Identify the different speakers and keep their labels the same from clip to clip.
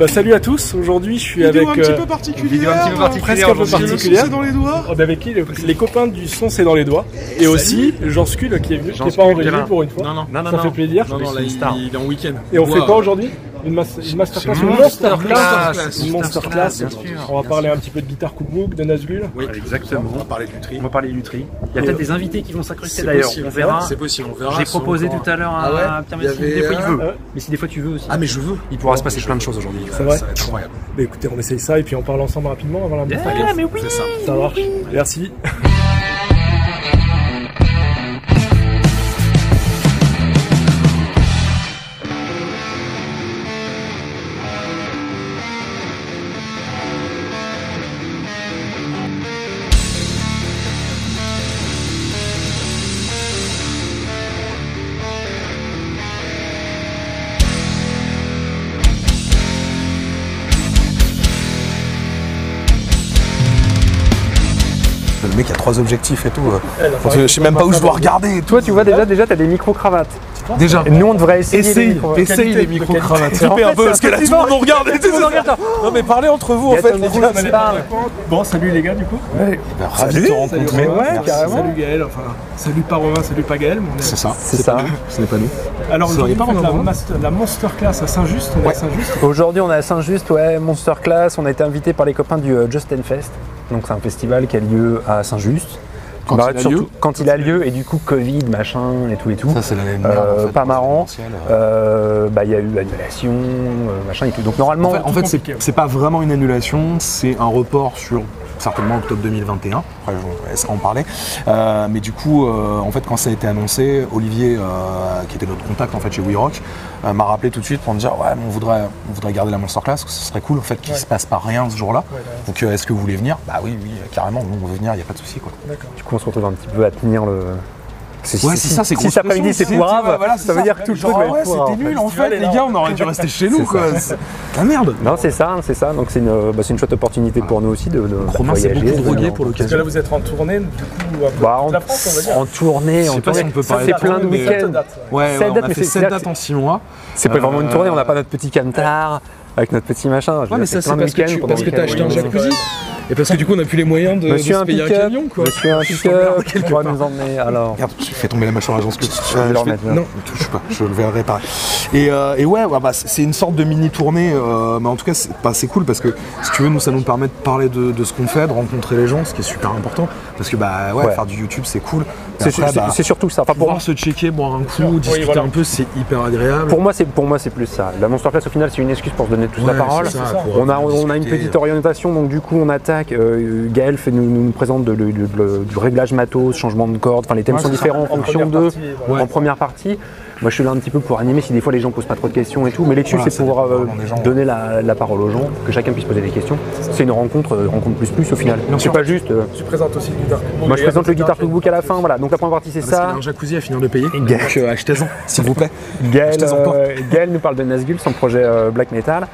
Speaker 1: Bah, salut à tous, aujourd'hui je suis avec.
Speaker 2: vidéo un petit
Speaker 1: euh,
Speaker 2: peu particulière.
Speaker 3: vidéo un petit peu
Speaker 2: euh,
Speaker 3: particulière
Speaker 1: presque un peu
Speaker 3: aujourd'hui.
Speaker 2: parce que le
Speaker 1: particulière.
Speaker 2: succès dans les doigts.
Speaker 1: On est bah, avec qui les, les copains du son c'est dans les doigts et aussi Jean Scull qui est venu qui
Speaker 3: Jean
Speaker 1: est pas en
Speaker 3: Scull,
Speaker 1: régie
Speaker 3: Gavin.
Speaker 1: pour une fois
Speaker 4: Non, non.
Speaker 3: Non, non,
Speaker 1: ça
Speaker 3: non.
Speaker 1: fait plaisir
Speaker 4: Non, non, là,
Speaker 3: C'est une
Speaker 4: il,
Speaker 3: star.
Speaker 4: il est en week-end. euh,
Speaker 1: et on fait
Speaker 4: Wow.
Speaker 1: quoi aujourd'hui une, mas- une masterclass une
Speaker 3: Masterclass.
Speaker 1: masterclass une
Speaker 3: Masterclass,
Speaker 1: masterclass
Speaker 3: bien sûr,
Speaker 1: on va
Speaker 3: bien
Speaker 1: parler un petit peu de guitare cookbook de Nazgul
Speaker 4: Oui,
Speaker 3: Exactement.
Speaker 2: On va parler du tri.
Speaker 3: On va parler du tri. Il y a
Speaker 1: Et-
Speaker 3: peut-être des invités qui vont s'incruster
Speaker 4: c'est
Speaker 3: d'ailleurs.
Speaker 4: possible.
Speaker 3: On verra.
Speaker 4: C'est possible, on verra.
Speaker 3: J'ai
Speaker 4: si
Speaker 3: proposé
Speaker 4: encore-
Speaker 3: tout à l'heure à
Speaker 4: Ah ouais
Speaker 3: Pierre
Speaker 4: Il y
Speaker 3: Messi. Des
Speaker 4: avait
Speaker 3: fois, il
Speaker 4: un-
Speaker 3: veut.
Speaker 1: un-
Speaker 3: Mais si des fois tu veux aussi.
Speaker 4: Ah, mais je veux.
Speaker 3: Il pourra se passer plein de choses aujourd'hui.
Speaker 1: C'est vrai
Speaker 4: Ça va être incroyable.
Speaker 1: Bah écoutez on essaye ça et puis on parle ensemble rapidement avant la masterclass
Speaker 3: Ah, mais oui
Speaker 1: ça marche merci
Speaker 2: Le mec a trois objectifs et tout.
Speaker 1: Elle a parlé
Speaker 2: Je sais même pas où je dois regarder.
Speaker 5: Toi, tu vois déjà, déjà, t'as des micro-cravates.
Speaker 2: Déjà,
Speaker 5: Et nous, on devrait essayer. les
Speaker 2: essaye,
Speaker 5: micro-cravates.
Speaker 2: essaye les micro-cravates. Flippez
Speaker 5: En
Speaker 2: un
Speaker 5: fait,
Speaker 2: peu
Speaker 5: c'est
Speaker 2: parce
Speaker 5: un
Speaker 2: que là tout
Speaker 5: festival.
Speaker 2: le monde nous regarde. c'est
Speaker 5: Tout le monde
Speaker 2: ça. Non mais parlez entre vous en
Speaker 5: Il y a
Speaker 2: fait.
Speaker 5: Tom
Speaker 2: les
Speaker 5: Cruise
Speaker 2: gars,
Speaker 5: qui
Speaker 2: c'est-
Speaker 5: parle.
Speaker 1: bon salut les gars du coup
Speaker 4: Ah,
Speaker 2: Ravi de te rencontrer.
Speaker 1: Merci. salut Gaël enfin salut pas Romain salut pas Gaël mais on est-
Speaker 2: C'est ça.
Speaker 5: C'est ça.
Speaker 1: alors aujourd'hui
Speaker 2: pas
Speaker 1: on fait la,
Speaker 2: Romain.
Speaker 1: master, la masterclass à Saint-Just on est à Saint-Just
Speaker 5: Aujourd'hui, on est à Saint-Just, ouais, Monster Class. On a été invité par les copains du euh, Just and Fest. Donc, c'est un festival qui a lieu à Saint-Just.
Speaker 2: Quand
Speaker 5: Bah,
Speaker 2: il a
Speaker 5: surtout
Speaker 2: lieu.
Speaker 5: Quand il a lieu, et du coup, Covid, machin, et tout et tout.
Speaker 2: Ça c'est la même
Speaker 5: Euh,
Speaker 2: merde, en fait,
Speaker 5: pas
Speaker 2: dans
Speaker 5: marrant.
Speaker 2: le présentiel.
Speaker 5: Euh, bah, il y a eu annulation, euh, machin et tout. Donc, normalement,
Speaker 2: En fait, en fait, c'est- c'est pas vraiment une annulation, c'est un report sur certainement octobre 2021. Après, je vous laisserai en parler. Euh, mais du coup, euh, en fait, quand ça a été annoncé, Olivier, euh, qui était notre contact en fait chez WeRock, euh, m'a rappelé tout de suite pour me dire ouais, mais on voudrait, on voudrait garder la masterclass, ce serait cool en fait qu'il se passe pas rien ce jour-là. Donc, euh, est-ce que vous voulez venir Bah oui, oui, carrément. Nous, on veut venir, il n'y a pas de souci quoi.
Speaker 5: du coup, on se retrouve un petit peu à tenir le.
Speaker 2: Ouais, c'est ça,
Speaker 5: Si
Speaker 2: c'est grosse
Speaker 5: cet après-midi
Speaker 2: pression,
Speaker 5: c'est
Speaker 2: c'est-
Speaker 5: tout grave,
Speaker 2: ouais, voilà, c'est
Speaker 5: ça veut
Speaker 2: ça.
Speaker 5: dire que tout le
Speaker 2: Genre,
Speaker 5: truc va être
Speaker 2: ouais,
Speaker 5: foiré, en fait.
Speaker 2: c'était nul en fait, les gars, on aurait dû rester chez nous
Speaker 5: C'est
Speaker 2: quoi. C'est- La merde.
Speaker 5: Non, c'est ça, c'est ça. Donc c'est une, bah, c'est une chouette opportunité pour nous aussi de, de, de
Speaker 2: Romain s'est beaucoup
Speaker 5: voyager, de-
Speaker 2: drogué pour
Speaker 1: parce que
Speaker 2: l'occasion.
Speaker 1: là vous êtes en tournée du coup un peu
Speaker 5: Bah, en,
Speaker 1: toute la France on va dire
Speaker 5: en tournée,
Speaker 2: Je sais
Speaker 5: en
Speaker 2: pas
Speaker 5: tournée.
Speaker 2: si on peut
Speaker 5: ça
Speaker 2: parler
Speaker 5: fait
Speaker 2: de
Speaker 5: plein de
Speaker 2: tournée, mais-
Speaker 5: week-ends.
Speaker 2: Ouais,
Speaker 5: Sept
Speaker 2: ouais, on
Speaker 5: dates,
Speaker 2: a
Speaker 5: mais
Speaker 2: fait
Speaker 5: c'est-
Speaker 2: 7
Speaker 5: c'est-
Speaker 2: dates en 6 mois.
Speaker 5: C'est pas vraiment une
Speaker 2: Euh,
Speaker 5: tournée, on n'a pas notre petit camtar avec notre petit machin. Je veux dire, plein de week-ends pendant le week-end.
Speaker 4: Et parce que du coup, on a plus les moyens de,
Speaker 5: Monsieur un pick-up, monsieur un pick-up, tu vas nous emmener alors.
Speaker 2: Merde, j'ai fait tomber la mâchoire à Jean Scout.
Speaker 5: Je vais le remettre, là.
Speaker 2: Non, ne touche pas, je le vais réparer. Et, euh, et ouais, ouais, bah, c'est c'est une sorte de mini tournée, euh, mais en tout cas, c'est bah, c'est cool parce que si tu veux, nous, ça nous permet de parler de, de ce qu'on fait, de rencontrer les gens, ce qui est super important. Parce que bah ouais,
Speaker 5: Ouais.
Speaker 2: faire du YouTube, c'est cool.
Speaker 5: C'est
Speaker 2: Mais après,
Speaker 5: c'est-
Speaker 2: bah,
Speaker 5: c'est surtout ça. Enfin, pour,
Speaker 3: Pouvoir se checker, boire un coup, discuter
Speaker 1: voilà.
Speaker 3: un peu, c'est hyper agréable.
Speaker 5: pour moi, c'est pour moi c'est plus ça. La Monster Class au final, c'est une excuse pour se donner tous la
Speaker 3: Ouais,
Speaker 5: parole.
Speaker 3: c'est ça, pour
Speaker 5: On a,
Speaker 3: discuter,
Speaker 5: on a une
Speaker 2: euh,
Speaker 5: petite orientation, donc du coup on attaque. Euh, Gaël fait, nous, nous présente de- de- de- de- du réglage matos, changement de corde. Enfin, les thèmes sont différents en fonction
Speaker 1: première
Speaker 5: d'eux.
Speaker 1: partie,
Speaker 3: voilà.
Speaker 5: En première partie, moi je suis là un petit peu pour animer si des fois les gens posent pas trop de questions et tout. Mais l'étude
Speaker 2: Voilà,
Speaker 5: c'est
Speaker 2: ça
Speaker 5: pour
Speaker 2: dépend
Speaker 5: euh,
Speaker 2: vraiment des gens. hein.
Speaker 5: donner la, la parole aux gens, que chacun puisse poser des questions. C'est une rencontre, euh, rencontre plus plus au final. C'est
Speaker 2: sûr.
Speaker 5: pas juste. euh,
Speaker 1: tu présentes aussi le guitare cookbook
Speaker 5: moi je
Speaker 1: Gaël,
Speaker 5: présente le
Speaker 1: etc.
Speaker 5: guitar cookbook à la fin. Voilà. Donc la première partie c'est
Speaker 3: Parce qu'il y
Speaker 2: Ah,
Speaker 3: a
Speaker 5: ça.
Speaker 3: un jacuzzi à finir de payer.
Speaker 5: Gaël.
Speaker 3: Donc euh, achetez-en.
Speaker 2: S'il vous plaît.
Speaker 5: Gaël,
Speaker 2: Achetez-en pas.
Speaker 5: euh, Gaël nous parle de Nazgul, son projet euh, black metal.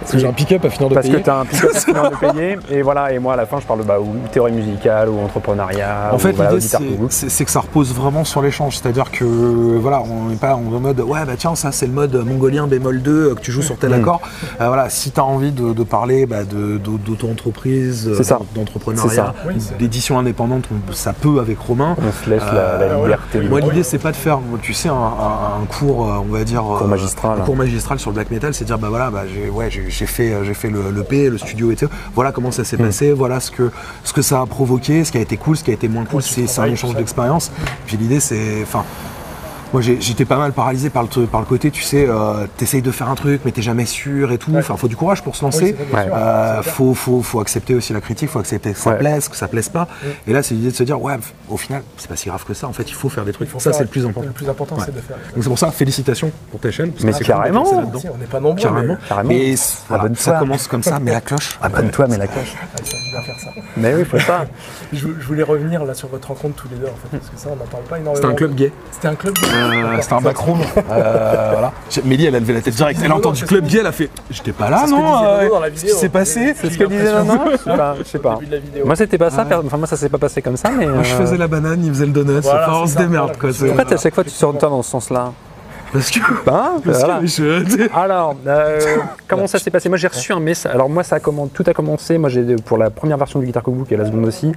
Speaker 3: Parce que j'ai un pick-up à finir de
Speaker 5: Parce
Speaker 3: payer.
Speaker 5: que t'as un pick-up qui vient de payer. Et voilà, et moi à la fin je parle de bah, ou théorie musicale ou entrepreneuriat.
Speaker 2: En
Speaker 5: ou,
Speaker 2: fait,
Speaker 5: euh, voilà,
Speaker 2: l'idée,
Speaker 5: guitare
Speaker 2: c'est-
Speaker 5: cookbook.
Speaker 2: c'est c'est que ça repose vraiment sur l'échange. C'est-à-dire que, voilà, on n'est pas on est en mode, ouais, bah tiens, ça, c'est le mode mongolien bémol 2 euh, que tu joues sur
Speaker 5: Mm.
Speaker 2: tel accord. Euh, voilà, si tu as envie de, de parler bah, de- d'au- d'auto-entreprise, euh,
Speaker 5: C'est ça. C'est ça.
Speaker 2: d'entrepreneuriat, d'édition indépendante, on- ça peut avec Romain.
Speaker 5: On se laisse la, la
Speaker 2: Euh,
Speaker 1: voilà.
Speaker 5: liberté.
Speaker 2: Moi, l'idée, c'est pas de faire, tu sais, un, un- un cours, euh, on va dire. Cours
Speaker 5: magistral.
Speaker 2: Un cours magistral sur le black metal, c'est de dire, bah voilà, bah, j'ai ouais, j'ai- j'ai fait, euh, j'ai fait le, le P, le studio, etc. Voilà comment ça s'est
Speaker 5: Hmm.
Speaker 2: passé, voilà ce que, ce que ça a provoqué, ce qui a été cool, ce qui a été moins cool. C'est c'est un échange d'expérience. Puis l'idée, c'est. Enfin. Moi j'ai- j'étais pas mal paralysé par le, t- par le côté, tu sais, euh, t'essayes de faire un truc mais t'es jamais sûr et tout. Enfin, faut du courage pour se lancer.
Speaker 1: c'est vrai, bien sûr.
Speaker 2: Euh, faut, faut, faut accepter aussi la critique, faut accepter que ça
Speaker 5: Ouais.
Speaker 2: plaise, que ça plaise pas. Et là, c'est l'idée de se dire, ouais, pff, au final, c'est pas si grave que ça. En fait, il faut faire des trucs.
Speaker 1: Faut
Speaker 2: Ça,
Speaker 1: faire-
Speaker 2: c'est le plus important.
Speaker 1: le plus important
Speaker 2: Ouais.
Speaker 1: c'est de faire
Speaker 2: Donc c'est pour ça, félicitations pour ta chaîne. parce que
Speaker 5: Mais
Speaker 2: c'est cool
Speaker 5: carrément.
Speaker 2: de penser là-dedans.
Speaker 1: on n'est pas nombreux
Speaker 2: Carrément.
Speaker 1: mais
Speaker 5: Carrément. Ah,
Speaker 2: Mais c'est- voilà,
Speaker 5: Abonne-toi.
Speaker 2: ça commence comme ça, mais la cloche.
Speaker 1: bah,
Speaker 5: Abonne-toi, mais la cloche.
Speaker 1: ah, ça, on va faire ça
Speaker 5: Mais oui, faut ça.
Speaker 1: Je, je voulais revenir là sur votre rencontre tous les deux en fait, parce que ça on n'en parle pas énormément.
Speaker 3: C'est un club gay.
Speaker 1: C'était un club.
Speaker 2: Euh, C'était un backroom. Euh, voilà. J'ai- Mélie, elle a levé la tête direct. Elle a entendu club gay, elle a fait J'étais pas là,
Speaker 1: ce que
Speaker 2: non
Speaker 1: disait
Speaker 2: euh,
Speaker 1: Nono dans la
Speaker 2: Qu'est-ce qui
Speaker 1: vidéo.
Speaker 2: s'est passé
Speaker 5: C'est ce que disait Nana Je sais pas. Je sais pas.
Speaker 1: début de la vidéo.
Speaker 5: Moi, c'était pas ça. per- Enfin, moi, ça s'est pas passé comme ça, mais.
Speaker 2: Moi, je
Speaker 5: euh,
Speaker 2: faisais la banane, il faisait le donut.
Speaker 1: Voilà,
Speaker 2: enfin, on
Speaker 1: c'est
Speaker 2: se
Speaker 1: ça,
Speaker 2: démerde,
Speaker 1: voilà.
Speaker 2: quoi. c'est-
Speaker 5: Pourquoi t'as- à chaque fois tu sors de toi dans ce sens-là
Speaker 3: Parce que.
Speaker 2: Bah,
Speaker 5: Ben, voilà.
Speaker 3: je-
Speaker 5: Alors, euh, comment ça s'est passé Moi, j'ai reçu un message. Alors, moi, ça a commen- tout a commencé. Moi, j'ai pour la première version du Guitar Cookbook et la seconde aussi,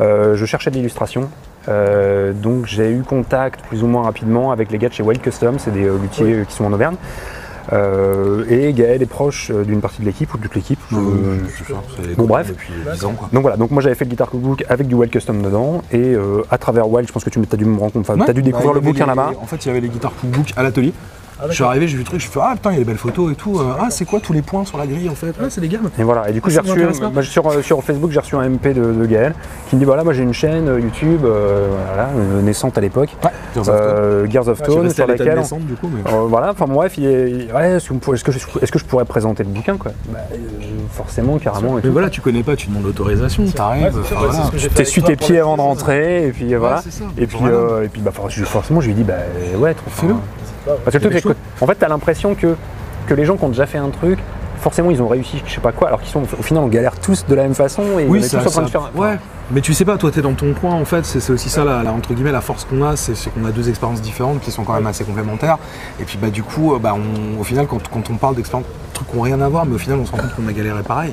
Speaker 5: euh, je cherchais de l'illustration. Euh, donc, j'ai eu contact plus ou moins rapidement avec les gars de chez Wild Custom, c'est des euh, luthiers euh, qui sont en Auvergne. Euh, et Gaël est proche euh, d'une partie de l'équipe ou de toute l'équipe. je- Bon, bref.
Speaker 2: Depuis 10 ans, quoi.
Speaker 5: Donc voilà, donc moi j'avais fait le Guitar Cookbook avec du Wild Custom dedans et euh, à travers Wild, je pense que tu as dû me rencontrer, enfin,
Speaker 2: Ouais.
Speaker 5: Euh, t'as dû découvrir
Speaker 2: Bah,
Speaker 5: le
Speaker 2: il y avait
Speaker 5: bouquin
Speaker 2: les-
Speaker 5: là-bas.
Speaker 2: En fait, il y avait les guitares cookbook à l'atelier. je suis arrivé, j'ai vu le truc, je fais ah putain, il y a des belles photos et tout. euh, ah, c'est quoi tous les points sur la grille en fait Ah, c'est les gammes.
Speaker 5: Et voilà, et du coup j'ai
Speaker 2: Ça
Speaker 5: reçu,
Speaker 2: m'intéresse pas.
Speaker 5: moi, sur, euh, sur Facebook j'ai reçu un MP de, de Gaël qui me dit voilà moi j'ai une chaîne euh, YouTube euh, voilà, euh, naissante à l'époque,
Speaker 2: Ouais.
Speaker 5: euh, Gears of Tone, sur laquelle...
Speaker 2: du coup, mais
Speaker 5: Euh, voilà, enfin bref, il est- il- ouais, est-ce que, vous pourrez- est-ce que je, est-ce que je pourrais présenter le bouquin quoi Bah, euh, Forcément, carrément. et
Speaker 2: Mais
Speaker 5: tout.
Speaker 2: voilà, tu connais pas, tu demandes l'autorisation, t'arrives. enfin, voilà.
Speaker 5: T'es su tes pieds avant de rentrer, et puis euh, voilà.
Speaker 2: c'est ça.
Speaker 5: Et puis,
Speaker 2: Vraiment.
Speaker 5: euh, et puis bah, for- je- forcément, je lui dis, bah ouais, trop
Speaker 2: Fais-le.
Speaker 5: Parce que le truc, c'est que- en fait, t'as l'impression que, que les gens qui ont déjà fait un truc, forcément, ils ont réussi, je sais pas quoi, alors qu'ils sont au final, on galère tous de la même façon, et on
Speaker 3: Oui,
Speaker 5: est tous
Speaker 3: ça,
Speaker 5: en train de
Speaker 3: ça-
Speaker 5: faire. enfin,
Speaker 3: ouais. Mais tu sais pas, toi, t'es dans ton coin, en fait, c'est c'est aussi ça, la, la- entre guillemets, la force qu'on a, c'est c'est qu'on a deux expériences différentes qui sont quand même assez complémentaires.
Speaker 2: Et puis bah du coup, euh, bah, on- au final, quand, quand on parle d'expérience, trucs qui n'ont rien à voir, mais au final, on se rend compte qu'on a galéré pareil.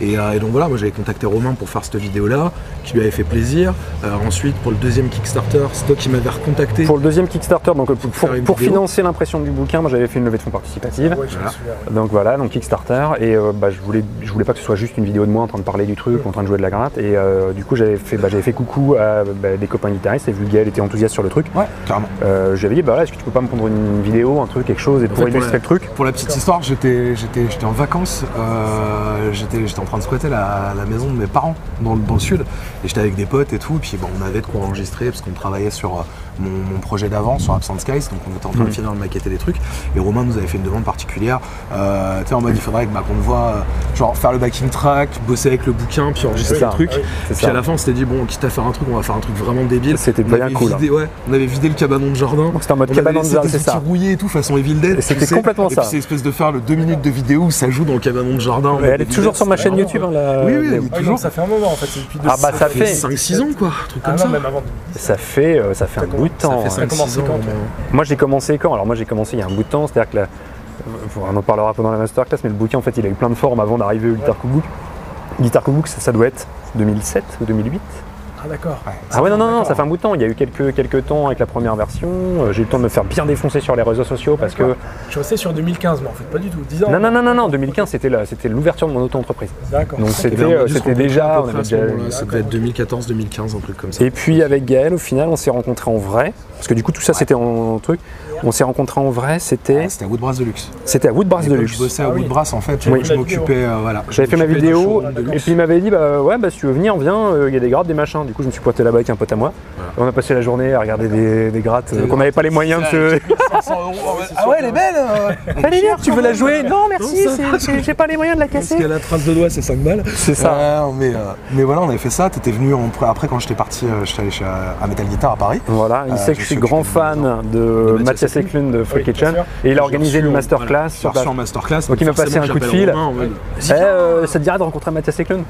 Speaker 2: Et, euh, et donc voilà, moi j'avais contacté Romain pour faire cette vidéo-là, qui lui avait fait plaisir. Euh, ensuite, pour le deuxième Kickstarter, c'est toi qui m'avais recontacté.
Speaker 5: Pour le deuxième Kickstarter, donc euh, pour,
Speaker 2: faire une
Speaker 5: pour
Speaker 2: vidéo.
Speaker 5: financer l'impression du bouquin, moi j'avais fait une levée de fonds participative.
Speaker 2: Voilà.
Speaker 5: Donc voilà, donc Kickstarter, et euh, bah, je, voulais, je voulais pas que ce soit juste une vidéo de moi en train de parler du truc, ou en train de jouer de la gratte, et euh, du coup j'avais fait, bah, j'avais fait coucou à bah, des copains guitaristes, et vu que Gaël était enthousiaste sur le truc,
Speaker 2: Ouais, carrément.
Speaker 5: euh, je lui avais dit, bah voilà, est-ce que tu peux pas me prendre une vidéo, un truc, quelque chose, et pour
Speaker 2: fait, pour
Speaker 5: illustrer
Speaker 2: la-
Speaker 5: le truc
Speaker 2: Pour la petite histoire, j'étais, j'étais, j'étais en vacances, euh, j'étais, j'étais en train de squatter la, la maison de mes parents dans le, dans le sud, et j'étais avec des potes et tout, puis bon, on avait de quoi enregistrer parce qu'on travaillait sur euh, mon, mon projet d'avant, sur Absent Skies, donc on était en
Speaker 5: Mm.
Speaker 2: train de finir de maqueter des trucs, et Romain nous avait fait une demande particulière, euh, tu sais, en mode il faudrait que, bah, qu'on voit, euh, genre faire le backing track, bosser avec le bouquin, puis enregistrer
Speaker 5: C'est
Speaker 2: le
Speaker 5: ça.
Speaker 2: truc,
Speaker 5: C'est
Speaker 2: puis
Speaker 5: ça.
Speaker 2: à la fin on s'était dit, bon, quitte à faire un truc, on va faire un truc vraiment débile.
Speaker 5: C'était
Speaker 2: On
Speaker 5: bien
Speaker 2: avait
Speaker 5: cool, hein.
Speaker 2: vidé- ouais, on avait vidé le cabanon de jardin.
Speaker 5: Donc c'était en mode
Speaker 2: On
Speaker 5: cabanon
Speaker 2: avait
Speaker 5: de
Speaker 2: laissé
Speaker 5: jardin,
Speaker 2: des
Speaker 5: c'est ça.
Speaker 2: outils rouillés et tout façon Evil Dead.
Speaker 5: Et c'était
Speaker 2: tu sais.
Speaker 5: complètement
Speaker 2: Et
Speaker 5: ça.
Speaker 2: puis, c'est espèce de faire le 2 minutes de vidéo où ça joue dans le cabanon de jardin.
Speaker 5: Mais elle est toujours sur ma chaîne YouTube, hein, la-
Speaker 2: Oui, oui, elle est
Speaker 1: Ah,
Speaker 2: toujours.
Speaker 1: non, ça fait un moment en fait, c'est depuis deux
Speaker 5: Ah bah ça
Speaker 2: fait
Speaker 5: fait,
Speaker 2: 5-6 ans quoi, un truc
Speaker 1: Ah
Speaker 2: comme
Speaker 1: non,
Speaker 2: ça.
Speaker 1: même avant.
Speaker 5: ça fait, euh, ça fait un bout de temps.
Speaker 2: Ça
Speaker 5: hein.
Speaker 2: fait
Speaker 1: commence
Speaker 2: 5-6 ans.
Speaker 1: quand,
Speaker 2: au moins.
Speaker 5: Moi j'ai commencé quand Alors moi j'ai commencé il y a un bout de temps, c'est-à-dire que la- euh, on en parlera pendant la masterclass, mais le bouquin en fait il a eu plein de formes avant d'arriver au Guitar Cookbook. Guitar Cookbook ça, ça doit être 2007 ou 2008
Speaker 1: Ah d'accord.
Speaker 5: Ah ouais non non non ça fait un bout de temps, il y a eu quelques, quelques temps avec la première version, Euh, j'ai eu le temps de me faire bien défoncer sur les réseaux sociaux parce que...
Speaker 1: Je restais sur 2015, mais en fait pas du tout. 10 ans.
Speaker 5: Non non non non non 2015 c'était la- c'était l'ouverture de mon auto-entreprise.
Speaker 1: D'accord.
Speaker 5: Donc
Speaker 2: Eh
Speaker 5: c'était
Speaker 2: ben, on a
Speaker 5: euh,
Speaker 2: dû se
Speaker 5: c'était
Speaker 2: rencontrer à
Speaker 5: déjà...
Speaker 2: peu
Speaker 5: on
Speaker 2: près
Speaker 5: avait
Speaker 2: à ce
Speaker 5: déjà-
Speaker 2: moment-là, Ça devait être 2014-2015, un truc comme ça.
Speaker 5: Et puis avec Gaël, au final, on s'est rencontrés en vrai, parce que du coup tout ça c'était en truc. On s'est rencontrés en vrai, c'était
Speaker 2: Ah, C'était à Woodbrass Deluxe.
Speaker 5: c'était à Woodbrass
Speaker 2: Quand
Speaker 5: de
Speaker 2: Je
Speaker 5: Luxe.
Speaker 2: bossais à
Speaker 1: Ah oui.
Speaker 2: Woodbrass en fait,
Speaker 5: Oui.
Speaker 2: je m'occupais. euh, voilà, je
Speaker 5: J'avais fait ma
Speaker 2: m'occupais du
Speaker 5: vidéo
Speaker 2: showroom de
Speaker 5: et
Speaker 2: luxe.
Speaker 5: puis il m'avait dit bah ouais bah si tu veux venir viens, euh, il y a des grattes, des machins. Du coup je me suis pointé là-bas avec un pote à moi. Et on a passé la journée à regarder des, des grattes euh, qu'on n'avait pas les moyens de se.
Speaker 2: Ah ouais, elle est belle euh.
Speaker 5: Allez viens, tu veux la jouer Non merci, c'est- j'ai- j'ai pas les moyens de la
Speaker 4: Parce
Speaker 5: casser.
Speaker 4: qu'à la trace de doigt, c'est 5 balles.
Speaker 5: C'est ça.
Speaker 2: Ouais, mais, euh, mais voilà, on avait fait ça. T'étais venu en- après quand j'étais parti, euh, j'étais allé chez, euh, à Metal Guitar à Paris.
Speaker 5: Voilà, il
Speaker 2: Euh,
Speaker 5: sait que
Speaker 2: je
Speaker 5: je suis
Speaker 2: sais
Speaker 5: grand
Speaker 2: que tu connais
Speaker 5: fan de
Speaker 2: Mathias
Speaker 5: Mathias Eklund de Free
Speaker 1: Oui, bien
Speaker 5: Kitchen
Speaker 1: sûr.
Speaker 5: et il a
Speaker 2: J'ai
Speaker 5: organisé
Speaker 2: reçu
Speaker 5: une
Speaker 2: en-
Speaker 5: masterclass
Speaker 2: J'ai
Speaker 5: sur
Speaker 2: reçu
Speaker 5: la-
Speaker 2: en masterclass.
Speaker 5: Donc il m'a passé
Speaker 2: forcément,
Speaker 5: un coup de
Speaker 2: j'appelle
Speaker 5: fil.
Speaker 2: Romain, en mode,
Speaker 5: Eh, euh, ça te dirait de rencontrer Mathias Eklund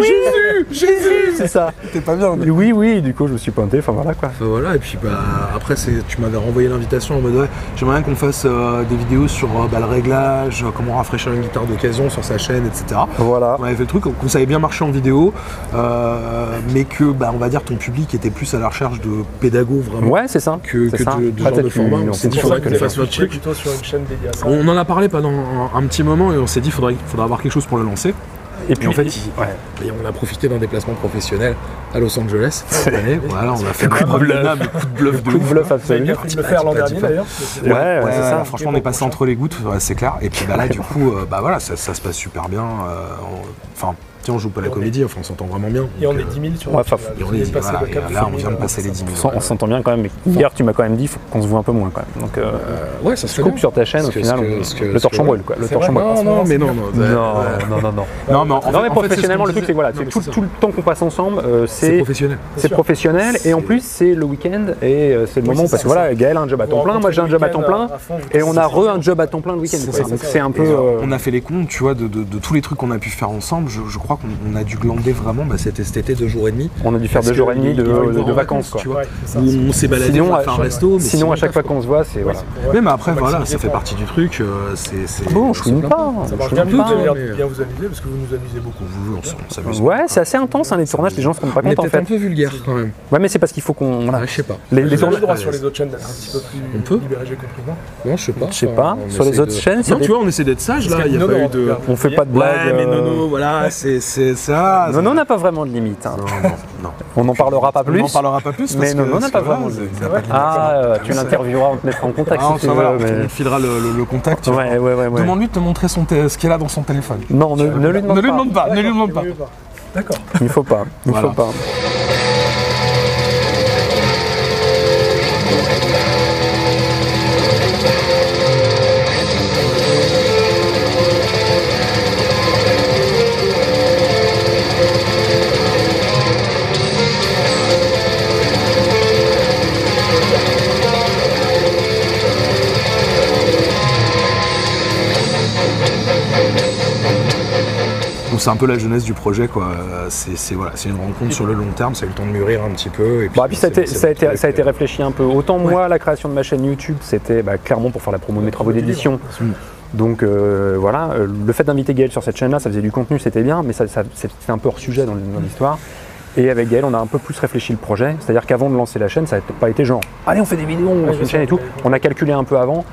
Speaker 5: Jésus Jésus C'est ça.
Speaker 2: T'es pas bien.
Speaker 5: Oui, oui, du coup je me suis pointé, enfin voilà quoi.
Speaker 2: Enfin, voilà, et puis bah, après, c'est- tu m'avais renvoyé l'invitation en mode ouais, j'aimerais bien qu'on fasse euh, des vidéos sur euh, bah, le réglage, euh, comment rafraîchir une guitare d'occasion sur sa chaîne, etc.
Speaker 5: Voilà.
Speaker 2: On avait fait le truc, qu'on savait bien marcher en vidéo, euh, mais que bah, on va dire ton public était plus à la recherche de pédagogues vraiment
Speaker 5: Ouais, c'est ça.
Speaker 2: que,
Speaker 5: c'est
Speaker 2: que
Speaker 5: ça.
Speaker 2: de, de
Speaker 5: Ah,
Speaker 2: genre de
Speaker 5: peut-être
Speaker 2: format.
Speaker 5: une-
Speaker 2: On s'est dit
Speaker 5: une-
Speaker 2: faudrait
Speaker 5: une-
Speaker 2: qu'on fasse notre truc.
Speaker 1: plutôt sur une chaîne dédiée à ça.
Speaker 2: On en a parlé pendant un, un petit moment et on s'est dit faudrait faudra avoir quelque chose pour le lancer.
Speaker 5: Et puis
Speaker 2: en fait, il-
Speaker 5: ouais.
Speaker 2: Et on a profité d'un déplacement professionnel à Los Angeles. Et voilà, on a fait un
Speaker 5: bluff.
Speaker 2: énorme coup de bluff de
Speaker 5: Coup de
Speaker 2: ouf.
Speaker 5: bluff
Speaker 1: Vous avez
Speaker 5: absolu.
Speaker 1: bien pris de le faire l'an
Speaker 2: Dis pas, dis
Speaker 1: dernier
Speaker 2: pas.
Speaker 1: d'ailleurs.
Speaker 5: Ouais, ouais,
Speaker 2: Ouais,
Speaker 5: c'est
Speaker 2: ouais,
Speaker 5: ça.
Speaker 2: ouais, franchement, on est passé entre les gouttes, ouais, c'est clair. Et puis bah, là, du coup, euh, bah voilà, ça, ça se passe super bien. euh, on- Enfin, tiens, on joue pas la comédie, enfin, on s'entend vraiment bien.
Speaker 1: Et on
Speaker 2: Donc,
Speaker 1: est 10 000 sur
Speaker 5: Ouais, enfin,
Speaker 2: euh, et on est dit,
Speaker 1: passé
Speaker 2: voilà,
Speaker 1: le
Speaker 2: et
Speaker 1: cap
Speaker 2: là,
Speaker 1: 100
Speaker 2: on
Speaker 1: 000,
Speaker 2: vient de
Speaker 1: euh,
Speaker 2: passer les 10
Speaker 5: On
Speaker 2: 000.
Speaker 5: s'en- On s'entend bien quand même, mais hier tu m'as quand même dit faut qu'on se voit un peu moins quand même. Donc euh,
Speaker 4: Ouais, ça se
Speaker 5: coupe sur ta chaîne au
Speaker 4: que-
Speaker 5: final,
Speaker 4: parce que-
Speaker 5: on-
Speaker 4: parce que-
Speaker 5: le
Speaker 4: parce
Speaker 5: torchon
Speaker 4: que-
Speaker 5: brûle quoi. Le
Speaker 1: C'est
Speaker 5: torchon
Speaker 1: vrai,
Speaker 5: brûle.
Speaker 1: non,
Speaker 4: Non, mais non, non. bah,
Speaker 5: Non, non, non, non.
Speaker 2: Non, mais en fait-
Speaker 5: Non
Speaker 2: en fait,
Speaker 5: mais
Speaker 2: c'est
Speaker 5: professionnellement
Speaker 2: ce
Speaker 5: le
Speaker 2: qu'on
Speaker 5: truc c'est que voilà,
Speaker 2: disait.
Speaker 5: c'est
Speaker 2: Non,
Speaker 5: tout,
Speaker 2: mais c'est
Speaker 5: tout le temps qu'on passe ensemble, euh,
Speaker 2: ça. C'est
Speaker 5: c'est
Speaker 2: professionnel.
Speaker 5: c'est professionnel et en plus c'est le week-end et euh, c'est le moment parce que voilà, Gaël a un job à temps plein, moi j'ai un job à temps plein
Speaker 1: euh,
Speaker 5: et on a re un job à temps plein le week-end.
Speaker 2: C'est
Speaker 5: quoi.
Speaker 2: ça.
Speaker 5: Donc c'est un
Speaker 2: Et,
Speaker 5: peu
Speaker 2: euh,
Speaker 5: euh,
Speaker 2: on a fait les comptes, tu vois, de, de- de tous les trucs qu'on a pu faire ensemble. Je, je crois crois qu'on on a dû glander vraiment bah, cet cet été deux jours et demi.
Speaker 5: On a dû faire
Speaker 2: Parce
Speaker 5: deux jours
Speaker 2: que
Speaker 5: et demi
Speaker 2: il-
Speaker 5: de, euh,
Speaker 2: il va y
Speaker 5: de-
Speaker 2: avoir
Speaker 5: de
Speaker 2: en
Speaker 5: vacances. quoi.
Speaker 2: tu vois.
Speaker 1: Ouais, c'est ça.
Speaker 2: Où on s'est baladé
Speaker 5: Sinon,
Speaker 2: pour
Speaker 5: à
Speaker 2: faire un
Speaker 5: chaque-
Speaker 2: resto. mais
Speaker 5: Sinon, à chaque fois qu'on se voit, c'est voilà.
Speaker 2: Ouais, mais après,
Speaker 1: Ouais,
Speaker 2: voilà,
Speaker 1: c'est
Speaker 2: ça fait
Speaker 1: différent.
Speaker 2: partie du truc. euh, c'est, c'est-
Speaker 5: Bon, je
Speaker 2: c'est
Speaker 5: chouine
Speaker 2: plein
Speaker 5: pas.
Speaker 2: de-
Speaker 5: Ça
Speaker 2: je
Speaker 1: marche
Speaker 2: chouine
Speaker 1: bien, vous
Speaker 2: pas,
Speaker 1: avez l'air de
Speaker 2: mais-
Speaker 1: bien vous amuser parce que vous nous amusez beaucoup.
Speaker 2: Vous, on s'en- on s'amuse.
Speaker 5: Ouais, c'est assez intense hein, les tournages, les gens se rendent pas
Speaker 3: On est
Speaker 5: compte en
Speaker 3: peut-être un
Speaker 5: fait.
Speaker 3: peu vulgaire quand même.
Speaker 5: Ouais, mais c'est parce qu'il faut qu'on. voilà.
Speaker 3: Ouais, je sais pas.
Speaker 5: Les, les
Speaker 1: Vous avez
Speaker 5: tournages.
Speaker 1: le droit sur les autres chaînes d'être un petit peu plus
Speaker 3: On peut
Speaker 1: libéré, j'ai compris. Non
Speaker 3: Non, je sais pas.
Speaker 5: Je sais
Speaker 3: Enfin,
Speaker 5: pas,
Speaker 3: on
Speaker 5: sur les
Speaker 3: essaie
Speaker 5: autres
Speaker 3: de-
Speaker 5: chaînes, c'est
Speaker 3: Non,
Speaker 5: des-
Speaker 3: tu vois, on essaie d'être sage là. Il n'y a pas eu de.
Speaker 5: On fait pas de blagues.
Speaker 3: Ouais, mais
Speaker 5: euh,
Speaker 3: Nono, voilà, c'est c'est ça.
Speaker 5: Nono n'a pas vraiment de limite. hein.
Speaker 2: Ah, Non, non, non.
Speaker 5: On n'en parlera pas plus.
Speaker 2: On n'en parlera pas plus.
Speaker 5: mais
Speaker 2: parce que-
Speaker 5: non, non, on n'a
Speaker 2: parce
Speaker 5: pas
Speaker 2: que voilà,
Speaker 5: vraiment
Speaker 2: c'est-
Speaker 5: de-
Speaker 2: c'est pas de-
Speaker 5: Ah, euh, tu
Speaker 2: Ça-
Speaker 5: l'intervieweras, on te mettra en contact
Speaker 2: Ah,
Speaker 5: si tu
Speaker 2: ça, voilà,
Speaker 5: veux.
Speaker 2: On
Speaker 5: mais-
Speaker 2: te filera le, le- le contact. tu vois.
Speaker 5: Ouais, ouais, ouais. ouais.
Speaker 2: Demande-lui de te montrer son tél- ce qu'il a dans son téléphone.
Speaker 5: Non, ne, ne lui demande
Speaker 2: Ne lui
Speaker 5: pas.
Speaker 2: demande pas, ne lui demande pas.
Speaker 1: D'accord.
Speaker 5: Il faut pas. Il
Speaker 2: Voilà.
Speaker 5: faut pas.
Speaker 2: Donc c'est un peu la jeunesse du projet, quoi. Euh, C'est c'est- voilà, c'est une rencontre sur le long terme, ça a eu le temps de mûrir un petit peu. Et puis,
Speaker 5: Bon, et Bah, puis ça a,
Speaker 2: c'est-
Speaker 5: été,
Speaker 2: c'est
Speaker 5: ça, a
Speaker 2: le
Speaker 5: été,
Speaker 2: truc,
Speaker 5: ça a été
Speaker 2: euh,
Speaker 5: réfléchi un peu. Autant moi, la création de ma chaîne YouTube, c'était bah, clairement pour faire la promo de mes travaux d'édition. Donc euh, voilà, euh, le fait d'inviter Gaël sur cette chaîne-là, ça faisait du contenu, c'était bien, mais ça, ça- c'était un peu hors sujet dans, dans l'histoire. Et avec Gaël, on a un peu plus réfléchi le projet. C'est-à-dire qu'avant de lancer la chaîne, ça n'a pas été genre, allez, on fait des vidéos, on lance une chaîne et tout. On a calculé un peu avant.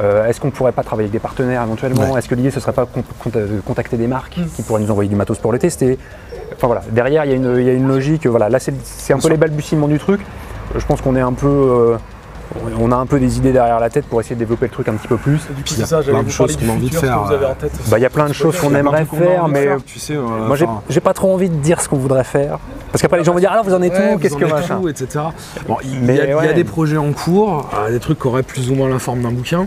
Speaker 5: euh, Est-ce qu'on pourrait pas travailler avec des partenaires éventuellement Est-ce que l'idée ce serait pas qu'on- qu'on- euh, contacter des marques
Speaker 3: Mm.
Speaker 5: qui pourraient nous envoyer du matos pour le tester Enfin voilà, derrière il y, a une- il y a une logique. Voilà, là c'est c'est un peu les balbutiements du truc. Je pense qu'on est un peu, euh, on a un peu des idées derrière la tête pour essayer de développer le truc un petit peu plus.
Speaker 1: Et du coup,
Speaker 2: Il y a
Speaker 1: c'est ça, j'allais
Speaker 2: plein de
Speaker 1: vous parler
Speaker 2: choses
Speaker 1: du
Speaker 2: qu'on a envie de
Speaker 1: futur, ce
Speaker 2: faire,
Speaker 1: que vous avez
Speaker 2: euh,
Speaker 1: en tête.
Speaker 5: Bah, il y a plein de choses qu'on
Speaker 2: il y a plein de
Speaker 5: aimerait
Speaker 2: trucs qu'on a envie
Speaker 5: faire,
Speaker 2: de
Speaker 5: mais
Speaker 2: tu sais, euh,
Speaker 5: moi j'ai-
Speaker 2: enfin,
Speaker 5: j'ai pas trop envie de dire ce qu'on voudrait faire. Parce qu'après les gens vont dire alors vous en êtes
Speaker 3: Ouais,
Speaker 5: où
Speaker 3: vous
Speaker 5: Qu'est-ce
Speaker 3: en
Speaker 5: que
Speaker 3: êtes
Speaker 5: machin
Speaker 3: où, etc. Bon, il
Speaker 5: Mais
Speaker 3: y, a- il y
Speaker 5: ouais.
Speaker 3: a des projets en cours, euh, des trucs qui auraient plus ou moins la forme d'un bouquin.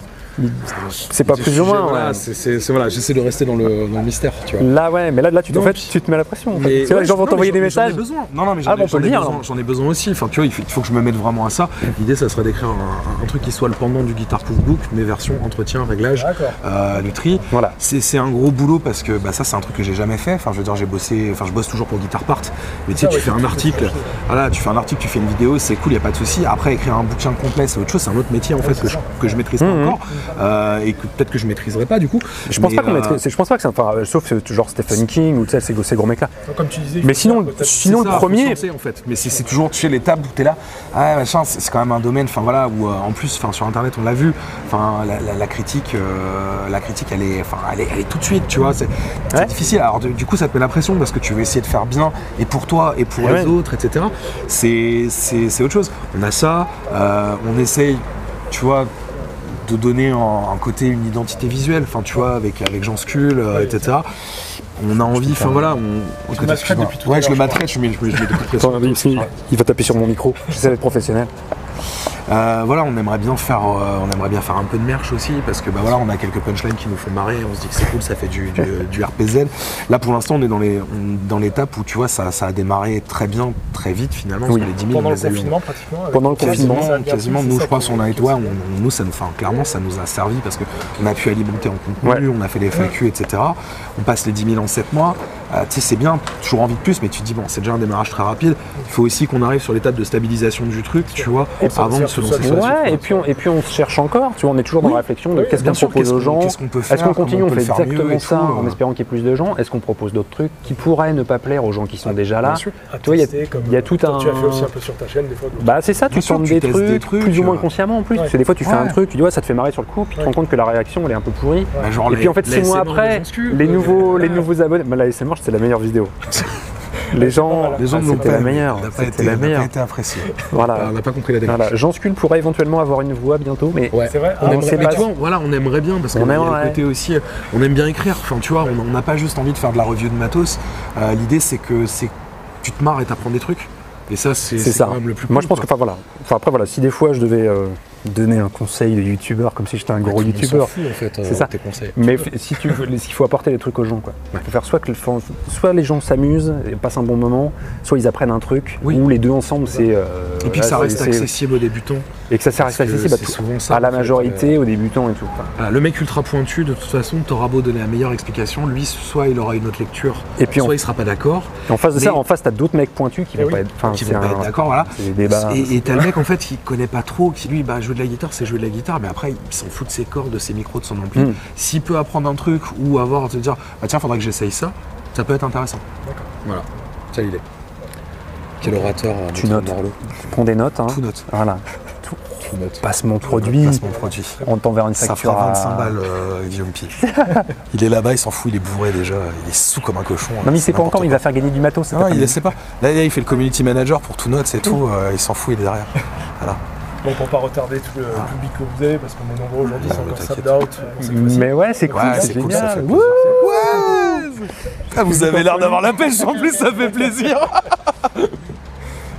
Speaker 5: C'est pas
Speaker 3: Des
Speaker 5: plus
Speaker 3: sujets,
Speaker 5: ou moins.
Speaker 3: Voilà,
Speaker 5: ouais.
Speaker 3: c'est- c'est- c'est- voilà, j'essaie de rester dans le, dans le mystère, tu vois.
Speaker 5: Là ouais, mais là, là tu, te- en
Speaker 3: Non,
Speaker 5: fait,
Speaker 3: puis-
Speaker 5: tu te mets la pression. en fait.
Speaker 3: Mais-
Speaker 5: C'est vrai
Speaker 3: ouais,
Speaker 5: que j'en vais
Speaker 3: non,
Speaker 5: t'envoyer
Speaker 3: mais
Speaker 5: des
Speaker 3: j'en- mais
Speaker 5: messages.
Speaker 3: J'en ai besoin. Non, non, mais j'en
Speaker 5: Ah,
Speaker 3: ai-
Speaker 5: bon, on
Speaker 3: j'en
Speaker 5: peut
Speaker 3: ai,
Speaker 5: le dire,
Speaker 3: besoin.
Speaker 5: alors.
Speaker 3: J'en ai besoin aussi. Enfin, tu vois, il faut, il faut que je me mette vraiment à ça. L'idée, ça serait d'écrire un, un truc qui soit le pendant du Guitar Proof Book, mais version entretien, réglage,
Speaker 1: D'accord.
Speaker 2: euh, nutri.
Speaker 5: Voilà.
Speaker 2: C'est c'est un gros boulot parce que bah, ça c'est un truc que j'ai jamais fait. Enfin je veux dire j'ai bossé, enfin je bosse toujours pour Guitar Part, mais tu sais
Speaker 1: Ah
Speaker 2: tu
Speaker 1: ouais,
Speaker 2: fais
Speaker 1: tu
Speaker 2: un
Speaker 1: fais
Speaker 2: article,
Speaker 1: quelque chose.
Speaker 2: voilà tu fais un article, tu fais une vidéo, c'est cool, il y a pas de souci. Après écrire un bouquin complet c'est autre chose, c'est un autre métier en
Speaker 5: Ah
Speaker 2: fait que je, que je maîtrise pas
Speaker 5: Mhm.
Speaker 2: encore euh, et que peut-être que je maîtriserai pas du coup.
Speaker 5: Je pense
Speaker 2: Mais,
Speaker 5: pas qu'on
Speaker 2: euh,
Speaker 5: maîtrise- c'est- Je pense pas que c'est enfin, euh, sauf euh, genre Stephen King ou tu sais, ces, ces gros mecs là.
Speaker 1: Donc, comme tu disais, il
Speaker 5: Mais
Speaker 1: faut
Speaker 5: sinon,
Speaker 1: faire peut-être-
Speaker 5: sinon le
Speaker 2: C'est ça, faut se
Speaker 5: premier,
Speaker 2: lancer, en fait. Mais c'est c'est toujours tu sais l'étape où t'es là. Ah machin, c'est c'est quand même un domaine. Enfin voilà où euh, en plus, enfin sur internet on l'a vu. Enfin la, la- la critique, euh, la critique elle est, enfin elle est, elle est tout de suite. Tu vois, c'est c'est
Speaker 5: Ouais.
Speaker 2: difficile. Alors du, du coup ça te met la pression parce que tu veux essayer de faire bien et pour toi et pour
Speaker 5: Et
Speaker 2: les
Speaker 5: ouais.
Speaker 2: autres, etc. C'est c'est c'est autre chose. On a ça. euh, on essaye, tu vois de donner un, un côté une identité visuelle enfin tu vois avec avec Jean Scull euh, etc on a envie enfin voilà on, on-
Speaker 1: maltraites depuis tout à
Speaker 2: ouais
Speaker 1: l'heure,
Speaker 2: je le
Speaker 1: je
Speaker 2: maltraite je mets je mets- je mets des coups de pression.
Speaker 5: Attends, il, il va taper sur mon micro. J'essaie d'être professionnel.
Speaker 2: Euh, voilà, on aimerait bien faire, euh, on aimerait bien faire un peu de merch aussi parce que bah voilà, on a quelques punchlines qui nous font marrer. On se dit que c'est cool, ça fait du, du, du RPZ. Là, pour l'instant, on est dans les, on- dans l'étape où tu vois, ça, ça a démarré très bien, très vite finalement. parce
Speaker 5: Oui.
Speaker 2: que les 10 000,
Speaker 1: pendant
Speaker 2: on
Speaker 1: le
Speaker 2: les a eu en-
Speaker 1: confinement, pratiquement. avec-
Speaker 5: Pendant le
Speaker 1: Ça, c'est-
Speaker 5: confinement,
Speaker 1: ça a
Speaker 2: Quasiment,
Speaker 1: bien
Speaker 2: quasiment,
Speaker 1: pris,
Speaker 2: nous,
Speaker 1: c'est
Speaker 2: je
Speaker 1: ça,
Speaker 2: crois, on a,
Speaker 1: pour-
Speaker 2: et toi, on- on- nous, ça nous, enfin, clairement, ça nous a servi parce que on a pu alimenter en contenu, on a fait les FAQ, etc. On passe les 10 000 en 7 mois. Euh, tu sais, c'est bien, toujours envie de plus, mais tu te dis, bon, c'est déjà un démarrage très rapide. Il faut aussi qu'on arrive sur l'étape de stabilisation du truc, tu vois,
Speaker 1: ça
Speaker 2: avant
Speaker 1: sert
Speaker 2: de se
Speaker 1: tout
Speaker 2: lancer
Speaker 1: seul.
Speaker 2: sur la suite.
Speaker 5: Ouais, et puis, on, et puis on se cherche encore, tu vois, on est toujours dans la réflexion de
Speaker 1: Oui,
Speaker 5: qu'est-ce
Speaker 2: bien
Speaker 5: qu'on
Speaker 2: sûr,
Speaker 5: propose
Speaker 2: qu'est-ce
Speaker 5: aux
Speaker 2: qu'on-
Speaker 5: gens,
Speaker 2: qu'est-ce qu'on peut faire,
Speaker 5: est-ce qu'on continue,
Speaker 2: comment on
Speaker 5: on
Speaker 2: peut
Speaker 5: fait
Speaker 2: le faire mieux
Speaker 5: exactement
Speaker 2: et
Speaker 5: ça
Speaker 2: tout,
Speaker 5: en
Speaker 2: euh.
Speaker 5: espérant qu'il y ait plus de gens, est-ce qu'on propose d'autres trucs qui pourraient ne pas plaire aux gens qui sont déjà là
Speaker 1: à
Speaker 5: Tu vois, il y a-
Speaker 1: tester, comme- euh,
Speaker 5: il y a tout
Speaker 1: comme Tu as
Speaker 5: un-
Speaker 1: fait aussi un peu sur ta chaîne, des fois. donc-
Speaker 5: Bah c'est ça, tu
Speaker 2: Bien sûr,
Speaker 5: tentes
Speaker 2: tu
Speaker 5: des,
Speaker 2: testes
Speaker 5: trucs,
Speaker 2: des trucs,
Speaker 5: plus ou moins
Speaker 2: euh.
Speaker 5: consciemment en plus,
Speaker 1: Ouais.
Speaker 5: parce que des fois tu fais un
Speaker 2: Ouais.
Speaker 5: truc, tu dis ouais ça te fait marrer sur le coup, puis tu te rends compte que la réaction elle est un peu pourrie.
Speaker 2: Bah, genre
Speaker 5: Et
Speaker 2: les-
Speaker 5: puis en fait six
Speaker 3: les
Speaker 5: mois
Speaker 3: SMR
Speaker 5: après,
Speaker 3: des excuses,
Speaker 5: les
Speaker 3: euh,
Speaker 5: nouveaux, les nouveaux abonnés, bah, la SMR c'était la meilleure vidéo. Les gens,
Speaker 2: les gens
Speaker 5: ah,
Speaker 2: ne l'ont
Speaker 5: c'était
Speaker 2: pas
Speaker 5: la
Speaker 2: aimé,
Speaker 5: meilleure,
Speaker 2: n'a pas
Speaker 5: c'était
Speaker 2: été-
Speaker 5: la
Speaker 2: n'a pas
Speaker 5: meilleure.
Speaker 2: été apprécié.
Speaker 5: Voilà.
Speaker 3: On n'a pas compris la démarche.
Speaker 5: Voilà, Jean Scull pourrait éventuellement avoir une voix bientôt, mais
Speaker 3: Ouais.
Speaker 1: C'est vrai,
Speaker 5: On
Speaker 1: ah,
Speaker 5: aime
Speaker 1: on
Speaker 5: ses
Speaker 1: sait
Speaker 3: Mais
Speaker 1: pas.
Speaker 3: tu vois, voilà, on aimerait bien parce
Speaker 5: On
Speaker 3: qu'on a le
Speaker 5: aimerait.
Speaker 3: côté aussi,
Speaker 2: euh, on aime bien écrire. Enfin, tu vois, on on n'a pas juste envie de faire de la review de matos. Euh, L'idée, c'est que c'est tu te marres et t'apprends des trucs. Et ça, c'est
Speaker 5: C'est
Speaker 2: c'est
Speaker 5: ça.
Speaker 2: quand même le plus.
Speaker 5: Moi,
Speaker 2: cool,
Speaker 5: je pense que,
Speaker 2: quoi.
Speaker 5: enfin voilà. Enfin, après, voilà, si des fois je devais euh, donner un conseil de youtubeur, comme si j'étais un gros
Speaker 3: Tout le monde
Speaker 5: youtubeur.
Speaker 3: s'en fout, en fait,
Speaker 5: C'est
Speaker 3: euh,
Speaker 5: ça.
Speaker 3: tes conseils.
Speaker 5: Mais f- si tu veux, il faut apporter des trucs aux gens, quoi. Faut faire soit que le- faut- soit les gens s'amusent et passent un bon moment, soit ils apprennent un truc,
Speaker 2: Oui.
Speaker 5: ou les deux ensemble, c'est. euh,
Speaker 2: Et puis que
Speaker 5: là,
Speaker 2: ça
Speaker 5: c'est-
Speaker 2: reste
Speaker 5: c'est-
Speaker 2: accessible aux débutants.
Speaker 5: et que ça sert à
Speaker 3: Parce que
Speaker 5: accessible à,
Speaker 3: c'est
Speaker 5: tout-
Speaker 3: souvent ça,
Speaker 5: à la
Speaker 3: en fait,
Speaker 2: euh,
Speaker 5: majorité, aux débutants et tout. quoi.
Speaker 2: bah,
Speaker 3: Voilà, le mec ultra pointu, de toute façon, t'auras beau donner la meilleure explication, lui, soit il aura une autre lecture,
Speaker 5: Et puis, en-
Speaker 3: soit il sera pas d'accord,
Speaker 5: Et en face de
Speaker 3: Mais-
Speaker 5: ça, en face, t'as d'autres mecs pointus qui vont pas être. enfin,
Speaker 3: qui
Speaker 5: c'est
Speaker 3: vont pas
Speaker 5: un-
Speaker 3: être d'accord, voilà.
Speaker 5: c'est des débats.
Speaker 3: Et et t'as le mec en fait qui connaît pas trop, qui lui, bah, jouer de la guitare, c'est jouer de la guitare, mais après, il s'en fout de ses cordes, de ses micros, de son ampli.
Speaker 5: Mm.
Speaker 3: S'il peut apprendre un truc ou avoir, se dire, bah tiens, faudrait que j'essaye ça, ça peut être intéressant. Voilà, c'est l'idée. Quel orateur, euh,
Speaker 5: Tu
Speaker 3: notre
Speaker 5: notes.
Speaker 3: Morlot.
Speaker 5: Tu prends des notes. hein.
Speaker 3: Tout note,
Speaker 5: Voilà.
Speaker 3: tout note.
Speaker 5: Passe mon produit.
Speaker 2: Passe mon produit.
Speaker 5: On t'enverra une
Speaker 2: Ça
Speaker 5: facture.
Speaker 2: fera 25
Speaker 5: à-
Speaker 2: balles, euh, Guillaume Pi. il est là-bas, il s'en fout, il est bourré déjà, il est sous comme un cochon.
Speaker 3: hein.
Speaker 5: Non, mais il sait
Speaker 2: c'est
Speaker 5: pas encore,
Speaker 2: n'importe
Speaker 5: il va faire gagner du matos. c'est
Speaker 2: quoi.
Speaker 5: pas
Speaker 2: Non, il
Speaker 5: terminé.
Speaker 2: ne sait pas. Là, là, il fait le community manager pour tout note, c'est tout. euh, il s'en fout, il est derrière. Voilà.
Speaker 1: Bon, pour pas retarder tout le public que vous avez, parce qu'on est nombreux aujourd'hui,
Speaker 2: Ah,
Speaker 1: c'est
Speaker 2: bah,
Speaker 1: encore
Speaker 2: t'inquiète.
Speaker 1: subbed out. euh, cette fois-ci.
Speaker 5: Mais ouais, c'est cool,
Speaker 2: Ouais,
Speaker 5: c'est
Speaker 2: c'est cool, ça fait
Speaker 5: génial.
Speaker 2: plaisir. Ouais Ah, Vous avez l'air d'avoir la pêche en plus, ça fait plaisir.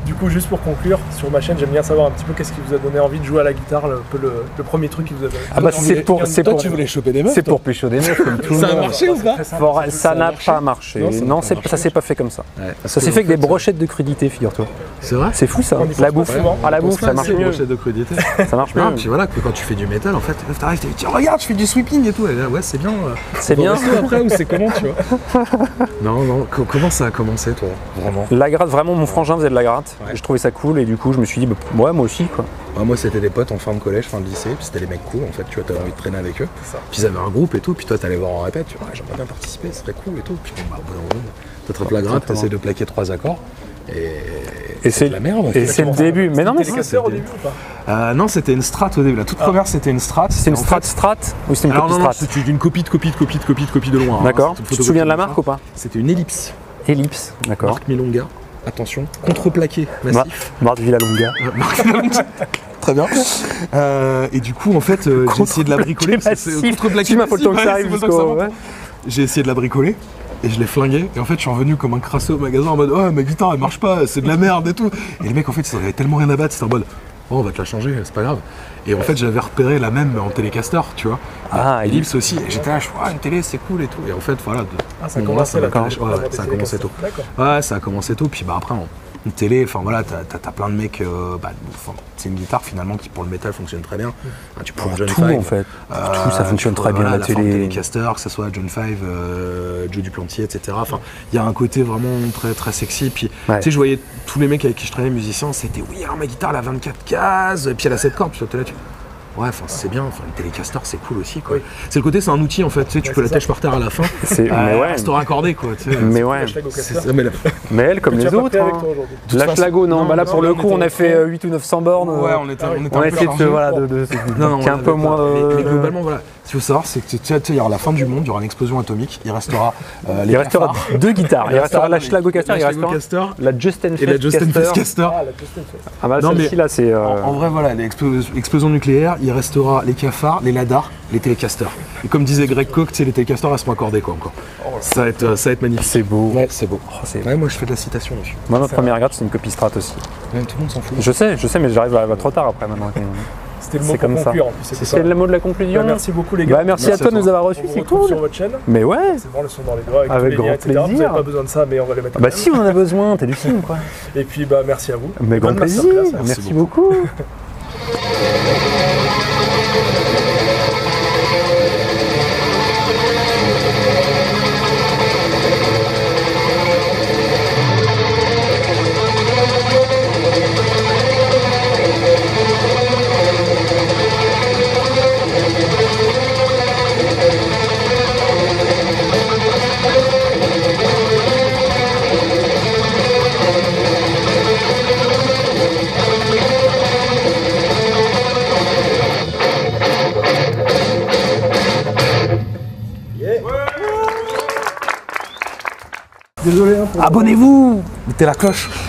Speaker 1: Du coup, juste pour conclure, sur ma chaîne, j'aime bien savoir un petit peu qu'est-ce qui vous a donné envie de jouer à la guitare, le, un peu le- le premier truc qui vous a donné.
Speaker 5: Ah bah c'est pour, c'est pour,
Speaker 2: choper des
Speaker 5: c'est pour pécho des meufs comme tout le monde.
Speaker 1: marché ou pas
Speaker 5: Fort- ça n'a pas marché.
Speaker 3: Non, ça n'a
Speaker 5: Non,
Speaker 3: pas
Speaker 5: c'est-
Speaker 3: marché.
Speaker 5: ça s'est pas fait comme ça.
Speaker 3: Ouais, parce
Speaker 5: Ça
Speaker 3: que,
Speaker 5: s'est
Speaker 3: en
Speaker 5: fait avec des
Speaker 3: ça-
Speaker 5: brochettes de crudité, figure-toi.
Speaker 3: C'est vrai
Speaker 5: C'est fou ça.
Speaker 1: On y pense
Speaker 5: La
Speaker 1: pas
Speaker 5: bouffe,
Speaker 1: souvent.
Speaker 5: à Ah, la
Speaker 3: On
Speaker 5: bouffe,
Speaker 3: pense pas
Speaker 5: ça
Speaker 3: à
Speaker 5: marche
Speaker 3: ces
Speaker 5: mieux.
Speaker 3: brochettes de crudité.
Speaker 5: Ça marche
Speaker 3: Non,
Speaker 5: mieux.
Speaker 3: puis voilà, que quand tu fais du métal, en fait, meuf, t'arrives, t'es tiens, regarde, je fais du sweeping et tout. Et là, ouais, c'est bien. euh.
Speaker 5: C'est bien.
Speaker 1: après ou c'est comment, tu vois
Speaker 3: Non, non, co- comment ça a commencé, toi Vraiment
Speaker 5: La gratte, vraiment, mon frangin faisait de la gratte. Je trouvais ça cool et du coup, je me suis dit, bah, ouais, moi aussi quoi.
Speaker 3: Ouais, Moi, c'était des potes en fin de collège, fin de lycée, puis c'était les mecs cool, en fait, tu vois, t'avais envie de traîner avec eux. Puis ils avaient un groupe et tout, puis toi, t'allais voir en répète, tu vois, ouais, j'aimerais bien participer, ce serait cool et tout. Puis bon, bah, au bout d'un moment, t'attrapes la grappe, t'essaies de plaquer trois accords, et,
Speaker 5: Et c'est-
Speaker 3: de la merde.
Speaker 5: Et c'est le début. Mais non, mais
Speaker 1: T'es
Speaker 5: c'est
Speaker 1: les casseurs au début ou pas
Speaker 2: Euh, non, c'était une strat au début. La toute première, c'était une strat.
Speaker 5: c'est Ah. une
Speaker 2: En
Speaker 5: strat strat ou c'est une
Speaker 3: Alors
Speaker 5: copie
Speaker 3: non, non,
Speaker 5: strat
Speaker 3: c'était une copie de copie de copie de copie de copie de loin. hein.
Speaker 5: D'accord.
Speaker 3: C'était une
Speaker 5: Tu te souviens de la
Speaker 3: photocopie
Speaker 5: marque ou pas
Speaker 3: C'était une ellipse,
Speaker 5: Ellipse. D'accord.
Speaker 3: marque Milonga. Attention, contreplaqué, massif.
Speaker 5: Marthe Villalonga.
Speaker 2: Très bien. Euh, et du coup, en fait, euh, j'ai essayé de la bricoler. parce que c'est-
Speaker 5: Massif.
Speaker 2: contreplaqué
Speaker 5: Tu m'as faut le temps que
Speaker 2: massif,
Speaker 5: ça
Speaker 2: ouais,
Speaker 5: arrive
Speaker 2: c'est pour ça que ça
Speaker 5: jusqu'au.
Speaker 2: monte. J'ai essayé de la bricoler et je l'ai flinguée. Et en fait, je suis revenu comme un crasseux au magasin en mode Ouais, ma guitare elle marche pas, c'est de la merde et tout. Et les mecs, en fait, ils en avaient tellement rien à battre, c'était en mode Oh, on va te la changer, c'est pas grave. Et en fait, j'avais repéré la même en télécaster, tu vois.
Speaker 5: Ah, Ellipse.
Speaker 2: Ellipse aussi. Et j'étais là, je suis, Ah, une télé, c'est cool et tout. Et en fait, voilà. de-
Speaker 1: Ah, ça a
Speaker 2: bon,
Speaker 1: commencé
Speaker 2: là,
Speaker 1: là.
Speaker 2: ça a,
Speaker 1: Avant
Speaker 2: ouais, ça a
Speaker 1: des
Speaker 2: commencé
Speaker 1: télécasseurs.
Speaker 2: tôt.
Speaker 1: D'accord.
Speaker 2: Ouais, ça a commencé tôt, puis bah après, en une télé, enfin voilà, t'as as, plein de mecs, euh, bah, enfin, c'est une guitare finalement qui pour le métal fonctionne très bien. Hein, tu prends John
Speaker 5: Tout
Speaker 2: Five,
Speaker 5: en fait.
Speaker 2: euh,
Speaker 5: Tout ça fonctionne
Speaker 2: tu
Speaker 5: très
Speaker 2: prends,
Speaker 5: bien la
Speaker 2: voilà, forme
Speaker 5: télé.
Speaker 2: Telecaster, que ce soit John Five, euh, Joe Duplantier, etc. Enfin, il y a un côté vraiment très très sexy. Puis,
Speaker 5: Ouais.
Speaker 2: tu sais, je voyais tous les mecs avec qui je travaillais, musiciens, c'était oui, alors ma guitare, elle a 24 cases, et puis elle a 7 cordes, puis toi, t'es là, tu. Ouais, enfin, c'est bien, enfin, le Telecaster, c'est cool aussi, quoi. C'est le côté, c'est un outil, en fait, tu sais, tu peux la tèche par terre à la fin.
Speaker 5: C'est- Mais
Speaker 2: Euh,
Speaker 5: ouais.
Speaker 2: restaurant accordé, quoi, tu sais.
Speaker 5: Mais ouais.
Speaker 1: Hashtag au
Speaker 3: C'est
Speaker 1: casseur.
Speaker 3: ça, mais la-
Speaker 5: Mais elle comme
Speaker 1: Tu as
Speaker 5: les
Speaker 1: pas
Speaker 5: autres.
Speaker 1: pris avec
Speaker 5: hein.
Speaker 1: toi aujourd'hui.
Speaker 2: toute
Speaker 5: Lâche
Speaker 2: façon-
Speaker 5: lago, non,
Speaker 2: non,
Speaker 5: bah là
Speaker 2: non,
Speaker 5: pour
Speaker 2: là,
Speaker 5: le
Speaker 2: on
Speaker 5: coup
Speaker 2: était
Speaker 5: on a
Speaker 2: en
Speaker 5: fait euh, 8 ou 900 bornes.
Speaker 2: Ouais, on était,
Speaker 1: Ah oui.
Speaker 2: on était
Speaker 5: On a
Speaker 2: un peu
Speaker 5: essayé de,
Speaker 2: chargés.
Speaker 5: voilà, de, de-
Speaker 2: Non, non,
Speaker 5: qui est
Speaker 2: on
Speaker 5: un peu
Speaker 2: avait
Speaker 5: moins.
Speaker 2: pas- Mais, mais
Speaker 5: euh,
Speaker 2: globalement, voilà. Ce qu'il faut savoir, c'est que tu tu sais, il y aura la fin du monde, il y aura une explosion atomique, il restera euh, les
Speaker 5: il restera
Speaker 2: cafards,
Speaker 5: deux guitars. Il restera la
Speaker 2: les-
Speaker 5: Schlagocaster, il
Speaker 2: la
Speaker 5: restera
Speaker 2: Schlagocaster
Speaker 5: la Justin
Speaker 2: et la Justin Festcaster.
Speaker 1: Ah, la Justin Fest.
Speaker 5: Ah bah
Speaker 2: Non, mais-
Speaker 5: celle-ci là c'est. euh,
Speaker 2: En, en vrai, voilà, l'explosion nucléaire, il restera les cafards, les ladars, les télécasters. Et comme disait Greg Koch, tu sais, les télécasters, elles seront accordées, quoi, encore. Ça va être, euh, ça va être magnifique. C'est beau. Ouais, c'est beau.
Speaker 5: oh, c'est-
Speaker 2: Ouais, moi, je fais de la citation, monsieur.
Speaker 5: Moi notre première gratte c'est une copie strat aussi.
Speaker 2: Même tout le monde s'en fout.
Speaker 5: Je sais, je sais mais j'arrive à- à trop tard après maintenant.
Speaker 1: C'était le
Speaker 5: C'est
Speaker 1: mot
Speaker 5: comme
Speaker 1: pour
Speaker 5: ça.
Speaker 1: conclure en plus. c'était
Speaker 5: C'est
Speaker 1: ça.
Speaker 5: le mot de la
Speaker 1: Bah,
Speaker 5: conclusion.
Speaker 1: Merci beaucoup les gars.
Speaker 5: Bah, merci à toi de nous avoir reçus,
Speaker 1: On vous
Speaker 5: c'est
Speaker 1: retrouve sur
Speaker 5: cool.
Speaker 1: votre chaîne.
Speaker 5: Mais ouais.
Speaker 1: C'est bon, le son dans les doigts avec,
Speaker 5: Avec
Speaker 1: tous les liens,
Speaker 5: grand
Speaker 1: etc. Vous
Speaker 5: plaisir.
Speaker 1: n'avez pas besoin de ça, mais on va les mettre.
Speaker 5: Ah
Speaker 1: quand
Speaker 5: Bah
Speaker 1: même.
Speaker 5: si on en a besoin, t'es du film quoi.
Speaker 1: Et puis, bah, merci à vous.
Speaker 5: Mais grand
Speaker 1: Bonne
Speaker 5: plaisir.
Speaker 1: masterclass.
Speaker 5: Merci beaucoup.
Speaker 2: Abonnez-vous Mettez la cloche